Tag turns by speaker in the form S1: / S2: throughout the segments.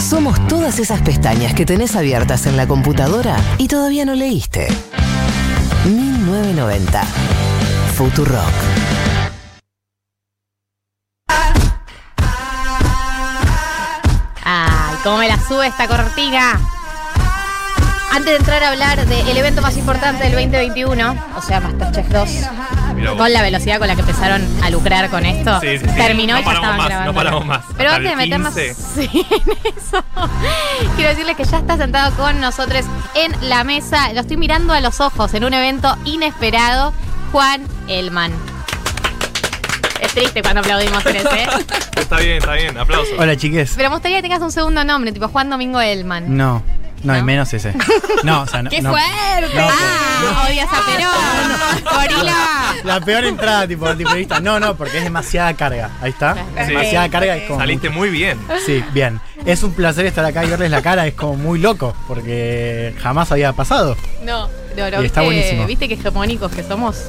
S1: Somos todas esas pestañas que tenés abiertas en la computadora y todavía no leíste. 1990. Futurock.
S2: Ay, cómo me la sube esta cortina. Antes de entrar a hablar del evento más importante del 2021, o sea, Masterchef 2,
S3: Mirá vos.
S2: con la velocidad con la que empezaron a lucrar con esto,
S3: Sí, sí, sí.
S2: terminó y
S3: No
S2: ya
S3: paramos
S2: estaban
S3: más,
S2: grabando.
S3: no paramos más.
S2: Pero
S3: Hasta
S2: antes de
S3: el
S2: meternos
S3: 15.
S2: sí, en eso, quiero decirles que ya está sentado con nosotros en la mesa. Lo estoy mirando a los ojos en un evento inesperado, Juan Elman. Es triste cuando aplaudimos en ese. ¿eh?
S3: Está bien, está bien, aplausos.
S4: Hola chiques.
S2: Pero me gustaría que tengas un segundo nombre, tipo Juan Domingo Elman.
S4: No, no, y
S2: ¿No?
S4: menos ese. No, o sea, no.
S5: ¡Qué
S4: no.
S5: fuerte!
S4: No,
S2: ¡Ah! ¡Odias a Perón! ¡Gorila!
S4: La peor entrada, tipo, del periodista. No, no, porque es demasiada carga. Ahí está.
S3: Sí.
S4: Demasiada carga es como.
S3: Saliste muy bien.
S4: Sí, bien. Es un placer estar acá y verles la cara. Es como muy loco, porque jamás había pasado.
S2: No, no, no.
S4: Y está
S2: viste-
S4: buenísimo.
S2: ¿Viste que hegemónicos que somos?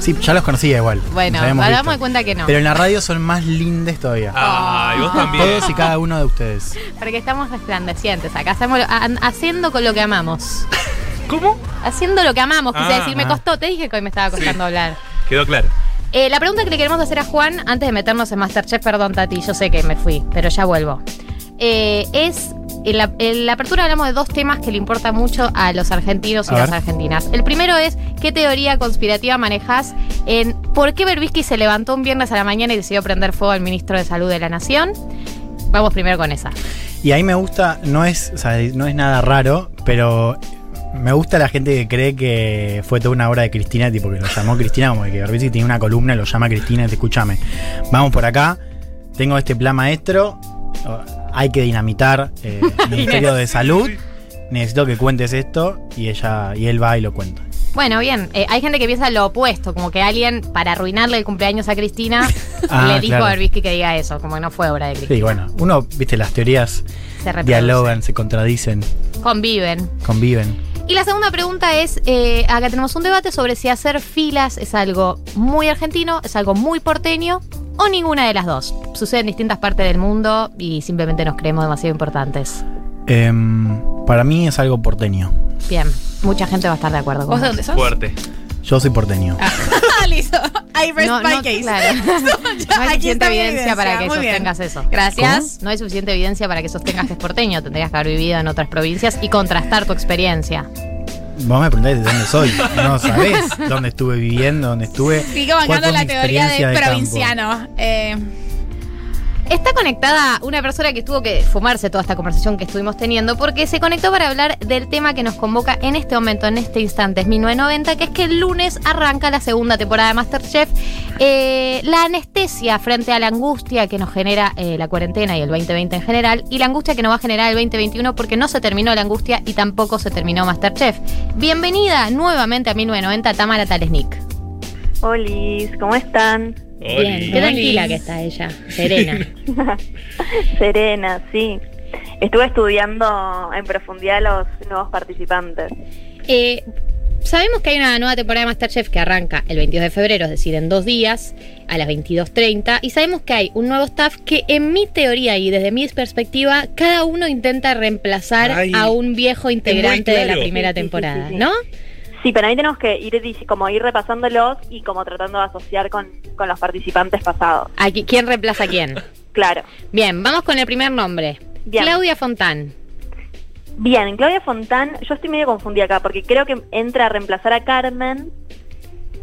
S4: Sí, ya los conocía igual.
S2: Bueno,
S4: nos habíamos
S2: damos
S4: visto.
S2: de cuenta que no.
S4: Pero en la radio son más lindes todavía.
S3: Ah, y vos también.
S4: Todos y cada uno de ustedes.
S2: Porque estamos resplandecientes acá. Hacemos lo- a- haciendo con lo que amamos.
S3: ¿Cómo?
S2: Haciendo lo que amamos, quise
S3: Ah,
S2: decir. Me
S4: ah.
S2: costó. Te dije que hoy me estaba costando hablar.
S3: Quedó claro.
S2: Eh, la pregunta que le queremos hacer a Juan, antes de meternos en Masterchef, perdón, Tati, yo sé que me fui, pero ya vuelvo. Eh, es. En la, en la apertura hablamos de dos temas que le importan mucho a los argentinos y
S4: A
S2: las
S4: ver.
S2: argentinas. El primero es qué teoría conspirativa manejas en por qué Berbisky se levantó un viernes a la mañana y decidió prender fuego al ministro de Salud de la Nación. Vamos primero con esa.
S4: Y ahí me gusta, no es, o sea, no es nada raro, pero me gusta la gente que cree que fue toda una obra de Cristina, tipo que lo llamó Cristina, como que Garbisi tiene una columna y lo llama Cristina, te escúchame. Vamos por acá, tengo este plan maestro, o- hay que dinamitar eh, el Ministerio de Salud, necesito que cuentes esto, y ella, y él va y lo cuenta.
S2: Bueno, bien, eh, hay gente que piensa lo opuesto, como que alguien, para arruinarle el cumpleaños a Cristina,
S4: Ah,
S2: le dijo
S4: claro.
S2: a Berbisky que diga eso, como que no fue obra de Cristina.
S4: Sí, bueno, uno, viste, las teorías
S2: Se reproduce.
S4: dialogan, se contradicen,
S2: Conviven.
S4: conviven.
S2: Y la segunda pregunta es, eh, acá tenemos un debate sobre si hacer filas es algo muy argentino, es algo muy porteño o ninguna de las dos. Sucede en distintas partes del mundo y simplemente nos creemos demasiado importantes.
S4: Em, para mí es algo porteño.
S2: Bien, mucha gente va a estar de acuerdo con
S5: ¿Vos de
S2: vos.
S5: dónde sos?
S3: Fuerte.
S4: Yo soy porteño.
S5: Ah, listo. I rest
S2: No,
S5: my
S2: no,
S5: case.
S2: claro.
S5: Ya,
S2: No hay
S5: aquí
S2: suficiente
S5: está mi
S2: evidencia para que
S5: Muy bien.
S2: sostengas eso.
S5: Gracias.
S2: No hay suficiente evidencia para que sostengas que es porteño. Tendrías que haber vivido en otras provincias y contrastar tu experiencia.
S4: Vos me preguntáis de dónde soy. No sabés dónde estuve viviendo, dónde estuve.
S5: Sigo
S4: cuál
S5: bancando
S4: fue
S5: la
S4: mi
S5: teoría de,
S4: experiencia campo.
S5: provinciano. Eh,
S2: Está conectada una persona que tuvo que fumarse toda esta conversación que estuvimos teniendo porque se conectó para hablar del tema que nos convoca en este momento, en este instante, es 1990, que es que el lunes arranca la segunda temporada de Masterchef. Eh, la anestesia frente a la angustia que nos genera eh, la cuarentena y el 2020 en general y la angustia que nos va a generar el 2021 porque no se terminó la angustia y tampoco se terminó Masterchef. Bienvenida nuevamente a 1990, Tamara Talesnik.
S6: Olis, ¿cómo están?
S3: Oli.
S5: qué tranquila que
S2: está ella, serena.
S6: Serena, sí. Estuve estudiando en profundidad a los nuevos participantes.
S2: Eh, sabemos que hay una nueva temporada de Masterchef que arranca el 22 de febrero, es decir, en dos días, a las 22.30. Y sabemos que hay un nuevo staff que, en mi teoría y desde mi perspectiva, cada uno intenta reemplazar
S7: Ay,
S2: a un viejo integrante de la
S7: claro.
S2: primera
S6: Sí, sí, sí,
S2: temporada,
S6: sí.
S2: ¿no?
S6: Sí, para mí tenemos que ir dic- como ir repasándolos y como tratando de asociar con, con los participantes pasados.
S2: Aquí, ¿Quién reemplaza a quién?
S6: Claro.
S2: Bien, vamos con el primer nombre.
S6: Bien.
S2: Claudia Fontán.
S6: Bien, Claudia Fontán, yo estoy medio confundida acá porque creo que entra a reemplazar a Carmen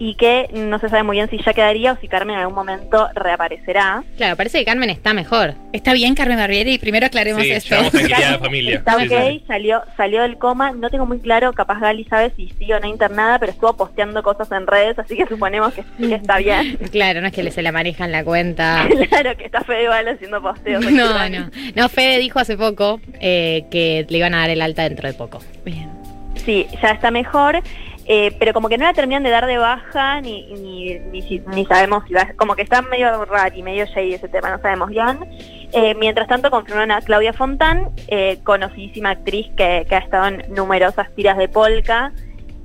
S6: y que no se sabe muy bien si ya quedaría o si Carmen en algún momento reaparecerá.
S2: Claro, parece que Carmen está mejor.
S5: está bien, Carmen Barbieri. Primero aclaremos
S3: Sí,
S5: esto.
S3: llevamos tranquilidad a la familia.
S6: Está
S3: Sí,
S6: ok,
S3: sí, sí.
S6: Salió, salió del coma, no tengo muy claro, capaz Gali sabe si sí o no internada, pero estuvo posteando cosas en redes, así que suponemos que sí que está bien.
S2: Claro, no es que le- se la manejan la cuenta.
S6: claro que está Fede Bala haciendo posteos.
S2: No, no. No, Fede dijo hace poco eh, que le iban a dar el alta dentro de poco.
S5: Bien.
S6: Sí, ya está mejor, eh, pero como que no la terminan de dar de baja, ni, ni, ni, si-
S2: Ah.
S6: ni sabemos si va, como que está medio raro y medio shady ese tema, no sabemos bien. Eh, mientras tanto confirmaron a Claudia Fontán, eh, conocidísima actriz que, que ha estado en numerosas tiras de polka.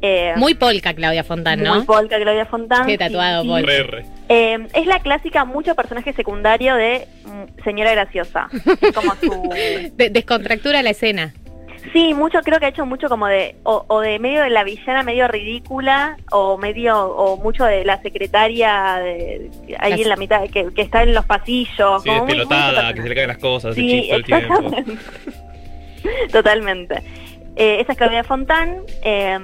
S6: eh,
S2: Muy polca Claudia Fontán, ¿no?
S6: Muy polka Claudia Fontán.
S2: Qué
S6: sí,
S2: tatuado
S6: sí.
S2: polka.
S3: Re, re.
S6: Eh, es la clásica mucho personaje secundario de mm, señora graciosa. Es como su...
S2: De- descontractura la escena.
S6: Sí, mucho, creo que ha hecho mucho como de, o, o de medio de la villana medio ridícula, o medio, o mucho de la secretaria de- ahí
S2: Las-
S6: en la mitad, que, que está en los pasillos.
S3: Sí,
S6: como muy- muy
S3: pelotada,
S6: personaje.
S3: que se le caen las cosas, ese
S6: Sí,
S3: chiste todo el tiempo.
S6: exactamente. Totalmente. Eh, esa es Claudia Fontán. Eh,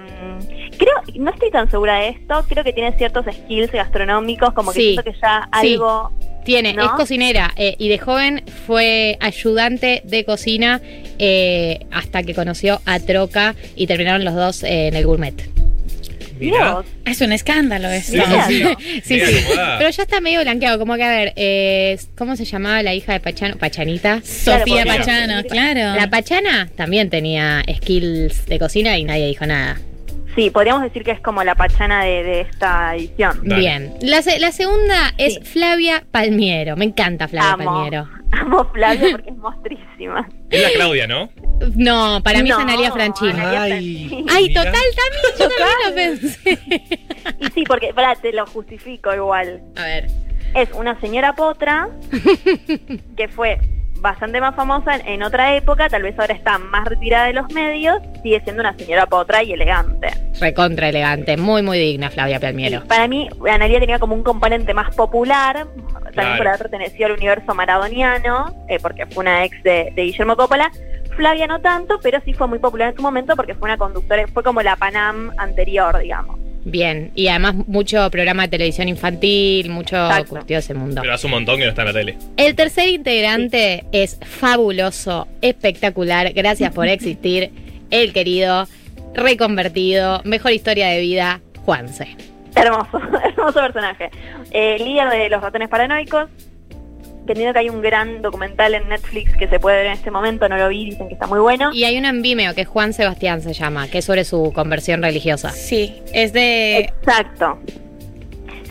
S6: creo, no estoy tan segura de esto, creo que tiene ciertos skills gastronómicos, como que
S2: Sí,
S6: siento que ya
S2: sí.
S6: algo...
S2: Tiene,
S6: ¿No?
S2: es cocinera eh, y de joven fue ayudante de cocina eh, hasta que conoció a Troca y terminaron los dos eh, en el gourmet.
S6: Mirá
S3: Mirá.
S6: vos.
S5: Es un escándalo esto.
S3: Sí, sí, sí.
S2: Sí,
S3: Mirá,
S2: sí.
S3: acomodada.
S2: Pero ya está medio blanqueado, como que a ver, eh, ¿cómo se llamaba la hija de Pachano? Pachanita.
S5: Sofía
S6: Claro, porque-
S5: Pachano, claro.
S2: La Pachana también tenía skills de cocina y nadie dijo nada.
S6: Sí, podríamos decir que es como la pachana de, de esta edición.
S3: Dale.
S2: Bien. La, se- la segunda es
S6: Sí.
S2: Flavia Palmiero. Me encanta Flavia
S6: Amo.
S2: Palmiero.
S6: Amo Flavia porque es mostrísima.
S3: Es la Claudia, ¿no?
S2: No, para mí es
S6: No,
S2: Analia Franchina.
S6: Analia
S4: Ay.
S6: Franchini.
S2: Ay,
S3: Mira.
S2: total, también yo también lo pensé.
S6: Y sí, porque, pará, te lo justifico igual.
S2: A ver.
S6: Es una señora potra que fue bastante más famosa en, en otra época, tal vez ahora está más retirada de los medios, sigue siendo una señora potra y elegante.
S2: Recontra elegante, muy muy digna Flavia Palmiero.
S6: Para mí, Analia tenía como un componente más popular, también
S3: Claro.
S6: por haber pertenecido al universo maradoniano, eh, porque fue una ex de, de Guillermo Coppola. Flavia no tanto, pero sí fue muy popular en su momento porque fue una conductora, fue como la Panam anterior, digamos.
S2: Bien, y además mucho programa de televisión infantil, mucho
S6: Exacto.
S2: curtido ese mundo.
S3: Pero hace un montón que no está en la tele.
S2: El tercer integrante es fabuloso, espectacular, gracias por existir, el querido, reconvertido, mejor historia de vida, Juanse.
S6: Hermoso, hermoso personaje. Eh, líder de los ratones paranoicos. Entendiendo que hay un gran documental en Netflix que se puede ver en este momento, no lo vi, dicen que está muy bueno.
S2: Y hay uno en Vimeo que Juan Sebastián se llama, que es sobre su conversión religiosa.
S5: Sí, es
S2: eh,
S5: de.
S6: Exacto.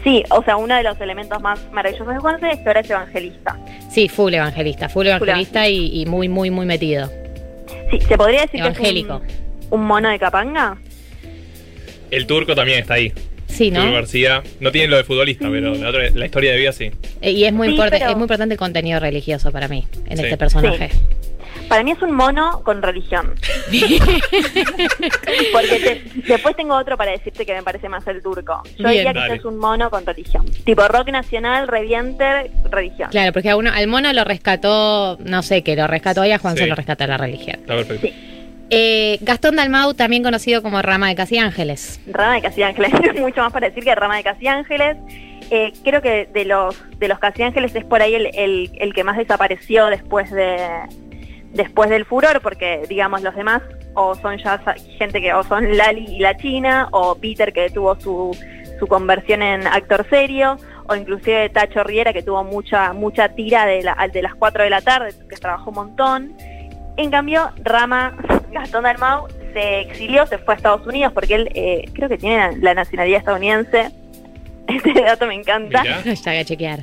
S6: Sí, o sea, uno de los elementos más maravillosos de Juanse es que ahora es evangelista.
S2: Sí, full evangelista, full evangelista y, y muy, muy, muy metido.
S6: Sí, ¿se podría decir
S2: Evangélico.
S6: que es un- un, mono de capanga?
S3: El turco también está ahí.
S2: Sí, ¿no?
S3: Turco García. No tiene lo de futbolista, pero la, otra- la historia de vida sí.
S2: Eh, Y es muy,
S6: Sí,
S2: importante
S6: pero-
S2: es muy importante el contenido religioso para mí, en
S3: Sí.
S2: este personaje.
S6: Para mí es un mono con religión. Porque te- después tengo otro para decirte que me parece más el turco. Yo
S2: Bien.
S6: diría que
S3: Dale.
S6: es un mono con religión. Tipo rock nacional, revienter, religión.
S2: Claro, porque a uno, al mono lo rescató, no sé qué, lo rescató y a Juan se
S3: Sí.
S2: lo rescató la religión.
S3: Está perfecto.
S2: Eh, Gastón Dalmau, también conocido como Rama de Casi Ángeles.
S6: Rama de Casi Ángeles, no hay mucho más para decir que Rama de Casi Ángeles. Eh, creo que de los de los Casi Ángeles es por ahí el, el- el que más desapareció después de después del furor, porque digamos los demás o son ya sa- gente que o son Lali y la China, o Peter que tuvo su, su conversión en actor serio, o inclusive Tacho Riera que tuvo mucha mucha tira de, la- de las 4 de la tarde, que trabajó un montón. En cambio, Rama Gastón Dalmau se exilió, se fue a Estados Unidos porque él eh, creo que tiene la nacionalidad estadounidense. Este dato me encanta.
S3: Mirá.
S2: Ya voy a chequear.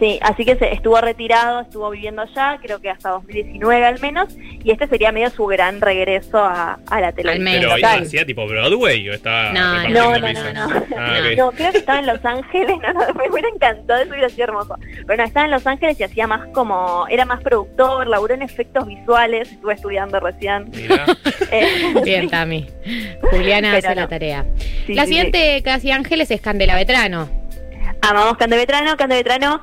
S6: Sí, así que se estuvo retirado, estuvo viviendo allá, creo que hasta 2019 al menos, y este sería medio su gran regreso a, a la televisión.
S2: menos,
S3: Pero ahí
S6: Total.
S3: hacía tipo Broadway o estaba.
S2: No,
S3: repartiendo
S6: no, no,
S3: pizzas?
S6: no,
S3: Ah, ok.
S6: No, creo que estaba en Los Ángeles, no, no, me hubiera encantado, eso hubiera sido hermoso. Pero no, estaba en Los Ángeles y hacía más como, era más productor, laburó en efectos visuales, estuve estudiando recién.
S3: Mirá.
S6: Eh,
S2: Bien, Tami. Juliana
S6: Pero
S2: hace la
S6: no.
S2: tarea.
S6: sí,
S2: la
S6: sí, sí.
S2: siguiente de Casi Ángeles es Candela Vetrano.
S6: Amamos Cande Vetrano, Cande Vetrano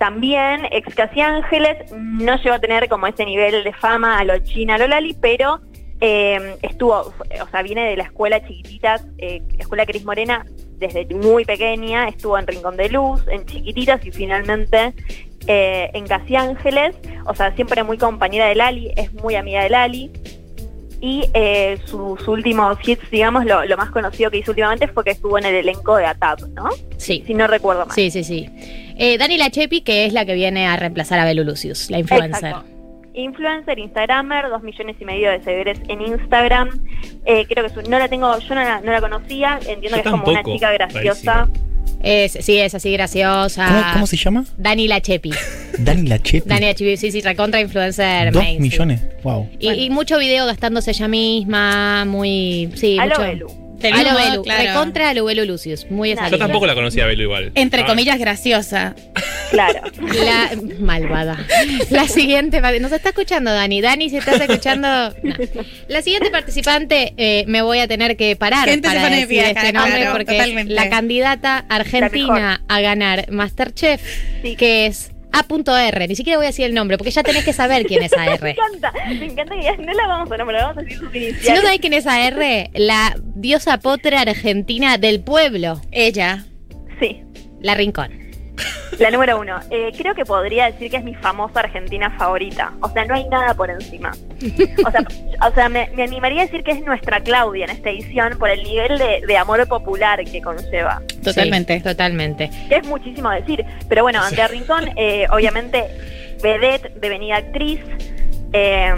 S6: también, ex Casi Ángeles, no llegó a tener como ese nivel de fama a lo China, a lo Lali, pero eh, estuvo, o sea, viene de la escuela chiquititas, eh, escuela Cris Morena, desde muy pequeña, estuvo en Rincón de Luz, en Chiquititas y finalmente eh, en Casi Ángeles, o sea, siempre muy compañera de Lali, es muy amiga de Lali. Y eh, sus últimos hits, digamos, lo, lo más conocido que hizo últimamente fue que estuvo en el elenco de ATAP, ¿no?
S2: Sí.
S6: Si no recuerdo mal.
S2: Sí, sí, sí. Eh, Dani Lachepi, que es la que viene a reemplazar a Belu Lucius, la influencer.
S6: Exacto. Influencer, Instagramer, dos millones y medio de seguidores en Instagram. Eh, creo que su- no la tengo, yo no la, no la conocía. Entiendo
S3: Yo
S6: que es como una
S3: tampoco,
S6: chica graciosa.
S2: Es, sí, es así graciosa.
S4: ¿Cómo, cómo se llama?
S2: Dani Lachepi.
S4: Dani Lachetti.
S2: Dani Lachepi, sí, sí, recontra influencer.
S4: Dos
S2: mainstream.
S4: millones. Wow.
S2: Y, y mucho video gastándose ella misma, muy... Sí,
S6: A lo
S2: mucho-
S6: Belu.
S5: Te
S2: A lo
S5: digo,
S2: Belu,
S5: Ah, claro.
S2: recontra a lo Belu Lucius. Muy esa
S6: Yo
S3: Yo
S2: línea.
S3: tampoco la conocía a Belu igual.
S5: Entre
S3: Ah,
S5: comillas, graciosa.
S6: Claro.
S2: La malvada. La siguiente, va- nos está escuchando Dani. Dani, si estás escuchando, no. la siguiente participante eh, me voy a tener que parar
S5: Gente
S2: para
S5: se pone de
S2: decir
S5: pie acá,
S2: este nombre
S5: claro,
S2: porque
S5: totalmente.
S2: es la candidata
S6: La
S2: argentina a ganar MasterChef,
S6: Sí.
S2: que es A.R. Ni siquiera voy a decir el nombre porque ya tenés que saber quién es
S6: Me
S2: AR.
S6: encanta, me encanta que ya no la vamos a nombrar, vamos a decir sus
S2: Si no
S6: iniciales.
S2: sabés quién es AR, la diosa potra argentina del pueblo,
S5: Ella.
S6: Sí,
S2: la Rincón.
S6: la número uno. Eh, creo que podría decir que es mi famosa argentina favorita. O sea, no hay nada por encima. O sea, o sea me, me animaría a decir que es nuestra Claudia en esta edición por el nivel de, de amor popular que conlleva.
S5: Totalmente.
S2: Sí, totalmente.
S6: que es muchísimo decir. Pero bueno, Andrea Rincón, eh, obviamente, vedette, devenida actriz. eh,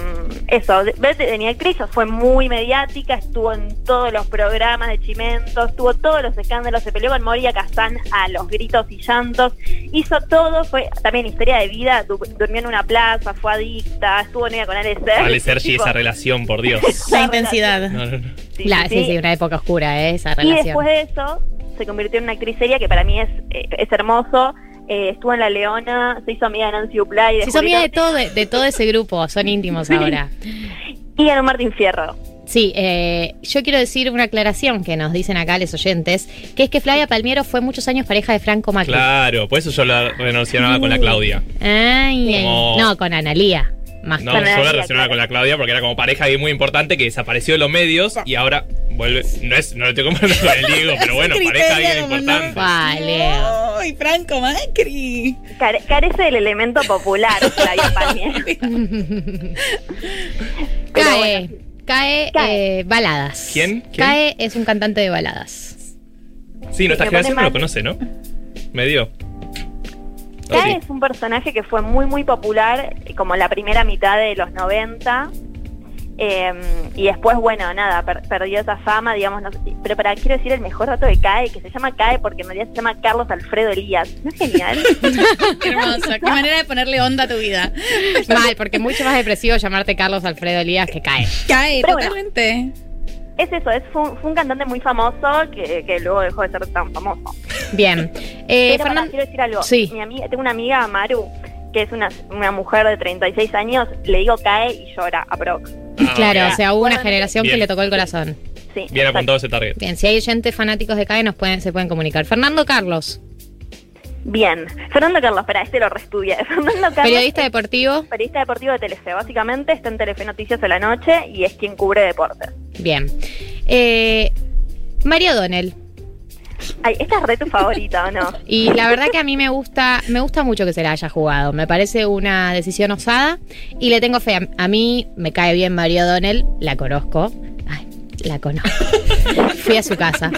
S6: eso, vedette, devenida actriz, fue muy mediática, estuvo en todos los programas de Chimento, estuvo todos los escándalos, se peleó con Moria Kazán a los gritos y llantos, hizo todo, fue también historia de vida, du- durmió en una plaza, fue adicta, estuvo en con Ale Sergi.
S3: Vale, Sergi,
S6: tipo,
S3: esa relación, por Dios.
S5: La intensidad.
S3: No, no, no.
S6: sí,
S2: La-
S6: sí,
S2: sí,
S6: sí.
S2: sí, una época oscura, eh, esa
S6: Y
S2: relación.
S6: después de eso se convirtió en una actriz seria que para mí es, eh, es hermoso. Eh, estuvo en La Leona, se hizo amiga de Nancy Uplay.
S2: Sí, son amigas de todo, de todo ese grupo, son íntimos ahora.
S6: Y ganó Martín Fierro.
S2: Sí, eh, yo quiero decir una aclaración que nos dicen acá los oyentes, que es que Flavia Palmiero fue muchos años pareja de Franco Macri.
S3: Claro, por eso yo la relacionaba con la Claudia.
S2: Ay, ay.
S3: Como-
S2: No, con Analía. Más
S3: No,
S2: con-
S3: yo
S6: Con la
S3: la
S6: Claudia,
S3: relacionaba
S6: claro.
S3: con la Claudia porque era como pareja y muy importante que desapareció de los medios y ahora vuelve. No es, no lo estoy comparando con el Diego, pero bueno,
S5: Ese criterio
S3: pareja bien
S5: como
S3: importante.
S5: no-
S2: Vale.
S5: Ay, Franco Macri.
S6: Care- carece del elemento popular, Flavia Palmiero. Pero
S2: Cae,
S6: bueno,
S2: cae,
S6: Cae.
S2: eh, baladas.
S3: ¿Quién? ¿Quién?
S2: Cae es un cantante de baladas.
S3: Sí, nuestra
S6: Me pone
S3: generación no lo
S6: mal.
S3: conoce, ¿no? Me dio.
S6: Cae
S3: Sí.
S6: es un personaje que fue muy, muy popular eh, como la primera mitad de los 90. Eh, y después, bueno, nada, per- perdió esa fama, digamos. no sé- pero para, quiero decir el mejor dato de CAE, que se llama CAE porque en realidad se llama Carlos Alfredo Elías. ¿No es genial?
S5: Qué hermoso. Qué manera de ponerle onda a tu vida.
S2: Mal, porque mucho más depresivo llamarte Carlos Alfredo Elías que cae.
S5: Cae,
S6: Pero bueno.
S5: totalmente.
S6: Es eso, es, fue, un, fue un cantante muy famoso que, que luego dejó de ser tan famoso.
S2: Bien. Eh,
S6: Pero pará,
S2: Fernan-
S6: quiero decir algo.
S2: Sí.
S6: Mi amiga, tengo una amiga, Maru, que es una, una mujer de 36 años, le digo cae y llora a Brock.
S3: Ah,
S2: claro,
S3: bien.
S2: o sea, hubo una
S6: Bueno,
S2: generación que
S3: bien.
S2: le tocó el corazón.
S6: Sí,
S3: Bien
S6: exacto.
S3: apuntado ese target.
S2: Bien, si hay oyentes fanáticos de CAE, nos pueden, se pueden comunicar. Fernando Carlos,
S6: Bien. Fernando Carlos, espera, este lo reestudia. Fernando Carlos
S2: periodista
S6: es
S2: deportivo.
S6: periodista deportivo de Telefe. Básicamente está en Telefe Noticias de la noche y es quien cubre deportes.
S2: Bien. Eh, María Donnell.
S6: Ay, esta es re tu favorita, ¿o no?
S2: Y la verdad que a mí me gusta, me gusta mucho que se la haya jugado. Me parece una decisión osada y le tengo fe. A, a mí me cae bien María Donnell, la conozco. Ay, la conozco. Fui a su casa.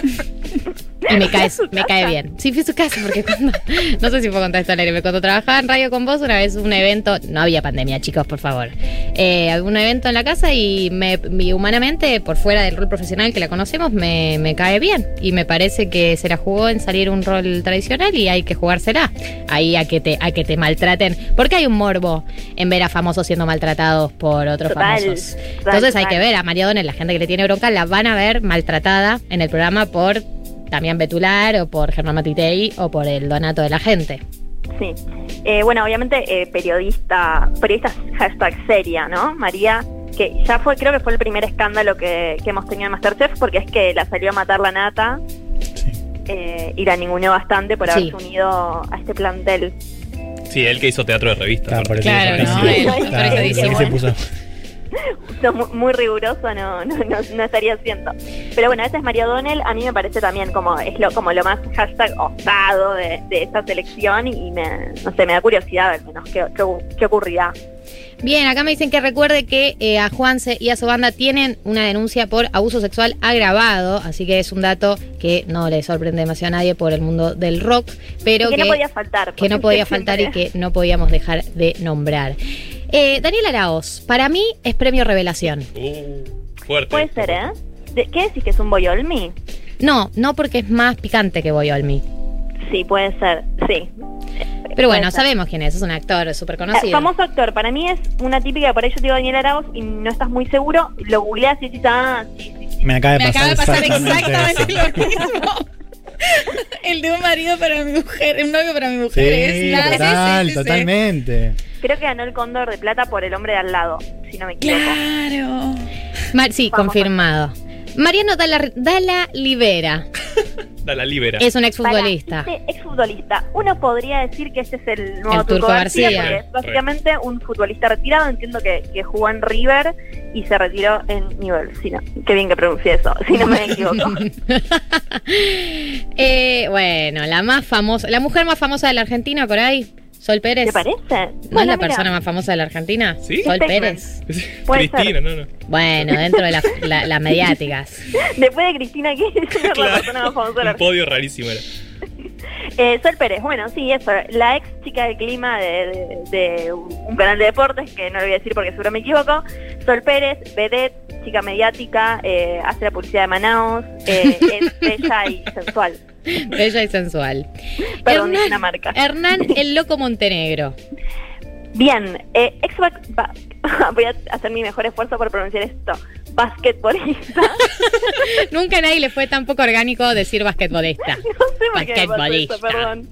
S2: Y me cae, me cae bien. Sí, fui a su casa porque cuando. No sé si puedo contar esto al aire, pero cuando trabajaba en radio con vos, una vez un evento. No había pandemia, chicos, por favor. Eh, algún evento en la casa y, me, y humanamente, por fuera del rol profesional que la conocemos, me, me cae bien. Y me parece que se la jugó en salir un rol tradicional y hay que jugársela. Ahí a que te, a que te maltraten. Porque hay un morbo en ver a famosos siendo maltratados por otros
S6: Total,
S2: famosos.
S6: total,
S2: Entonces hay
S6: total.
S2: que ver a María Donel, la gente que le tiene bronca, la van a ver maltratada en el programa por Damián Betular o por Germán Matitei o por el donato de la gente.
S6: Sí. Eh, bueno, obviamente eh, periodista, periodista hashtag seria, ¿no? María, que ya fue, creo que fue el primer escándalo que, que hemos tenido en Masterchef, porque es que la salió a matar la nata
S4: Sí.
S6: eh, y la ninguneó bastante por
S2: Sí.
S6: haberse unido a este plantel.
S3: Sí, él que hizo teatro de revista.
S4: Está, por eso
S5: Claro,
S4: dice,
S5: ¿no?
S4: sí.
S5: Él,
S4: Está,
S5: por eso
S4: lo
S5: dice,
S4: que se
S6: bueno.
S4: puso.
S6: Esto muy, muy riguroso no, no, no, no estaría haciendo. Pero bueno, esa es María Donnell, a mí me parece también como es lo, como lo más hashtag osado de, de esta selección y me, no sé, me da curiosidad al menos qué, qué, qué ocurrirá.
S2: Bien, acá me dicen que recuerde que eh, a Juanse y a su banda tienen una denuncia por abuso sexual agravado, así que es un dato que no le sorprende demasiado a nadie por el mundo del rock, pero
S6: que,
S2: que,
S6: no podía faltar.
S2: que no
S6: porque
S2: podía faltar y
S6: siempre-
S2: que no podíamos dejar de nombrar. Eh, Daniel Araoz, para mí es premio revelación.
S3: Uh, fuerte.
S6: Puede ser, ¿eh? ¿De- ¿Qué decís que es un boyolmi?
S2: No, no porque es más picante que Boyolmi.
S6: Sí, puede ser, sí.
S2: Pero bueno,
S6: Puede ser.
S2: sabemos quién es, es un actor súper
S6: Eh,
S2: conocido.
S6: famoso actor, para mí es una típica, por ahí yo te digo Daniel Arauz y no estás muy seguro, lo googleás y decís, ah, sí, sí, sí,
S4: Me acaba de
S5: Me acaba
S4: pasar,
S5: de pasar
S4: exactamente eso.
S5: exactamente lo mismo. El de un marido para mi mujer, un novio para mi mujer.
S4: Sí,
S5: es la-
S4: total,
S5: sí, sí, sí, sí.
S4: totalmente.
S6: Creo que ganó el cóndor de plata por el hombre de al lado, si no me equivoco.
S5: Claro.
S2: Mar- sí,
S6: Vamos.
S2: confirmado. Mariano Dala, Dala Libera
S3: Da la libera.
S2: es un
S6: Para
S2: exfutbolista.
S6: Este exfutbolista. Uno podría decir que este es el nuevo
S2: El Turco
S6: Turco García,
S2: García.
S6: porque es básicamente un futbolista retirado. Entiendo que, que jugó en River y se retiró en Newell's. Si no, qué bien que pronuncié eso, si no me equivoco.
S2: Eh, bueno, la más famosa, la mujer más famosa de la Argentina, por ahí, Sol Pérez.
S6: ¿Te parece?
S2: ¿No es la persona más famosa de la Argentina?
S3: ¿Sí?
S2: Sol
S6: Statement.
S2: Pérez.
S6: Puede
S3: Cristina, no, no.
S2: Bueno, dentro de las la- las mediáticas.
S6: Después de Cristina, ¿quién es la
S3: Claro.
S6: persona más famosa de la
S3: Un podio rarísimo era.
S6: Eh, Sol Pérez, bueno, sí, eso, la ex chica del clima de, de- de un canal de deportes, que no lo voy a decir porque seguro me equivoco. Sol Pérez, vedette, chica mediática, eh, hace la publicidad de Manaus, eh, es bella y sensual.
S2: Bella y sensual.
S6: Perdón,
S2: Hernán-
S6: es una marca.
S2: Hernán el Loco Montenegro.
S6: Bien, eh, ex bac- ba- voy a hacer mi mejor esfuerzo por pronunciar esto. Basquetbolista.
S2: Nunca a nadie le fue tan poco orgánico decir basquetbolista.
S6: No sé por qué me pasó
S2: Basquetbolista.
S6: esto, perdón.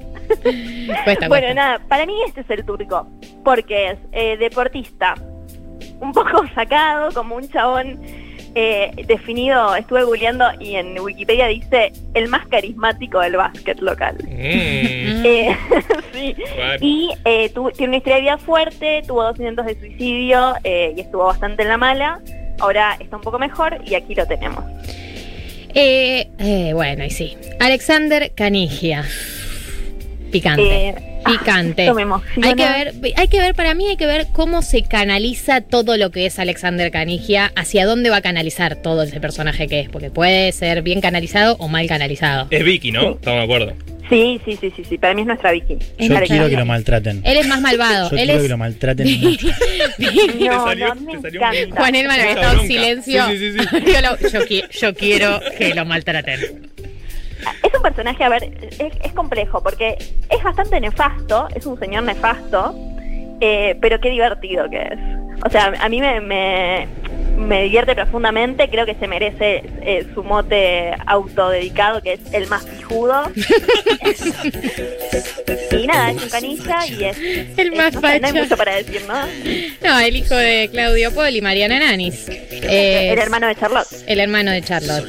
S2: Cuesta,
S6: Bueno,
S2: cuesta.
S6: nada, para mí este es el turco, porque es eh, deportista, un poco sacado, como un chabón eh, definido, estuve googleando y en Wikipedia dice el más carismático del básquet local.
S3: Mm,
S6: Eh, sí.
S3: bueno.
S6: Y eh, tu- tiene una historia de vida fuerte, tuvo dos intentos de suicidio eh, y estuvo bastante en la mala. Ahora está un poco mejor y aquí lo tenemos.
S2: Eh, eh, bueno, y sí. Alexander Canigia. Picante.
S6: Eh,
S2: Picante.
S6: esto me emociona.
S2: Hay que ver, hay que ver, para mí hay que ver cómo se canaliza todo lo que es Alexander Canigia, hacia dónde va a canalizar todo ese personaje que es, porque puede ser bien canalizado o mal canalizado.
S3: Es Vicky, ¿no? Estamos de acuerdo.
S6: Sí, sí, sí, sí, sí. Para mí es nuestra Vicky.
S4: Yo
S6: Para
S4: quiero que lo
S6: cambie.
S4: maltraten.
S2: Él es más malvado.
S4: Yo
S2: Él
S4: quiero que
S2: es.
S4: lo maltraten mucho.
S6: No,
S3: Te salió-
S6: no, me
S3: te salió un-
S6: encanta.
S2: Juan Elman había
S3: Mucha
S2: estado en
S3: bronca.
S2: silencio.
S3: Sí, sí, sí,
S2: Yo, lo- yo qui- yo quiero que lo maltraten.
S6: Es un personaje, a ver, es, es complejo porque es bastante nefasto, es un señor nefasto, eh, pero qué divertido que es. O sea, a mí me, me, me divierte profundamente, creo que se merece eh, su mote autodedicado, que es el más pijudo. y nada, es un canilla y es...
S2: El
S6: es-
S2: más
S6: no, sé, no
S2: facha.
S6: hay mucho para decir, ¿no?
S2: No, el hijo de Claudio Paul y Mariana Nanis. Eh,
S6: El hermano de Charlotte.
S2: el hermano de Charlotte.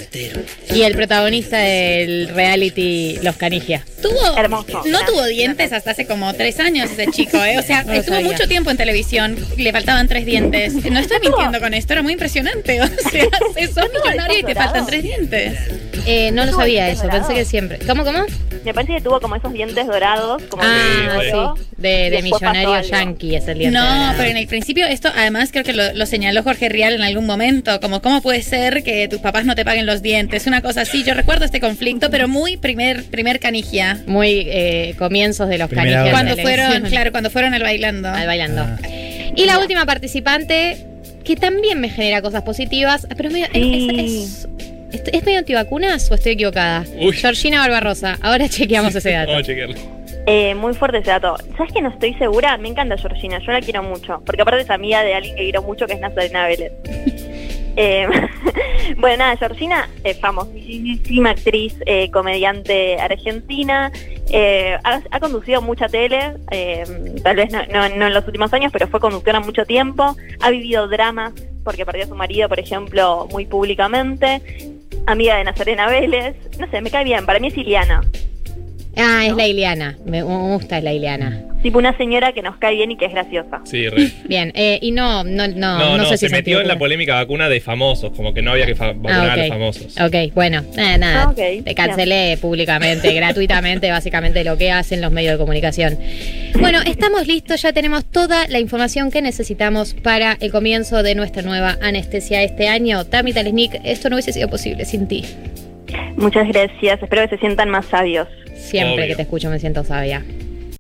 S2: Y el protagonista del reality Los Canigia.
S5: Tuvo,
S6: Hermoso.
S5: No tuvo dientes hasta hace como tres años ese chico, ¿eh? O sea,
S2: No lo
S5: estuvo
S2: sabía.
S5: mucho tiempo en televisión, le faltaban tres dientes. No estoy mintiendo con esto, era muy impresionante. O sea, si sos millonario y te faltan tres dientes.
S2: Eh, no lo
S6: Estuvo
S2: sabía
S6: bien
S2: eso,
S6: dorado.
S2: pensé que siempre. ¿cómo, cómo?
S6: Me parece que tuvo como esos dientes dorados, como
S2: Ah,
S6: que- ¿no?
S2: sí. De, de
S6: Después pasó
S2: millonario
S6: algo.
S2: yankee es el diente.
S5: No,
S2: dorado.
S5: pero en el principio esto, además creo que lo, lo señaló Jorge Rial en algún momento, como cómo puede ser que tus papás no te paguen los dientes, una cosa así. Yo recuerdo este conflicto, pero muy primer primer canigia.
S2: Muy eh, comienzos de Los
S4: Primera
S2: Canigia.
S4: hora.
S5: Cuando
S2: Sí.
S5: fueron, claro, cuando fueron al bailando.
S2: Al bailando.
S4: Ah.
S2: Y la última participante, que también me genera cosas positivas, pero es medio, es,
S6: Sí.
S2: es- es- ¿es medio antivacunas o estoy equivocada?
S3: Uy.
S2: Georgina Barbarosa, ahora chequeamos ese dato.
S3: Vamos a chequearlo.
S6: Eh, muy fuerte ese dato. ¿Sabes que no estoy segura? Me encanta Georgina, yo la quiero mucho. Porque aparte es amiga de alguien que quiero mucho, que es Nazarena Vélez. Eh, bueno, nada, Georgina, eh, famosísima actriz, eh, comediante argentina. Eh, ha, ha conducido mucha tele, eh, tal vez no, no- no en los últimos años, pero fue conductora mucho tiempo. Ha vivido dramas porque perdió a su marido, por ejemplo, muy públicamente. Amiga de Nazarena Vélez. No sé, me cae bien. Para mí es Iliana.
S2: Ah, es la Ileana, me me gusta la Ileana.
S6: Tipo una señora que nos cae bien y que es graciosa.
S3: Sí, re.
S2: Bien, eh, y no, no, no,
S3: No, no,
S2: no, sé si
S3: se
S2: es
S3: metió en la
S2: antivacunas.
S3: polémica vacuna de famosos, como que no había que fa- vacunar
S2: Ah,
S3: a
S2: ok.
S3: los famosos.
S2: Ok, bueno, nada, nada.
S6: Ah, ok,
S2: Te cancelé públicamente, gratuitamente, básicamente lo que hacen los medios de comunicación. Bueno, estamos listos, ya tenemos toda la información que necesitamos para el comienzo de nuestra nueva anestesia este año. Tami Talesnik, esto no hubiese sido posible sin ti.
S6: Muchas gracias. Espero que se sientan más sabios.
S2: Siempre
S3: Obvio.
S2: que te escucho me siento sabia.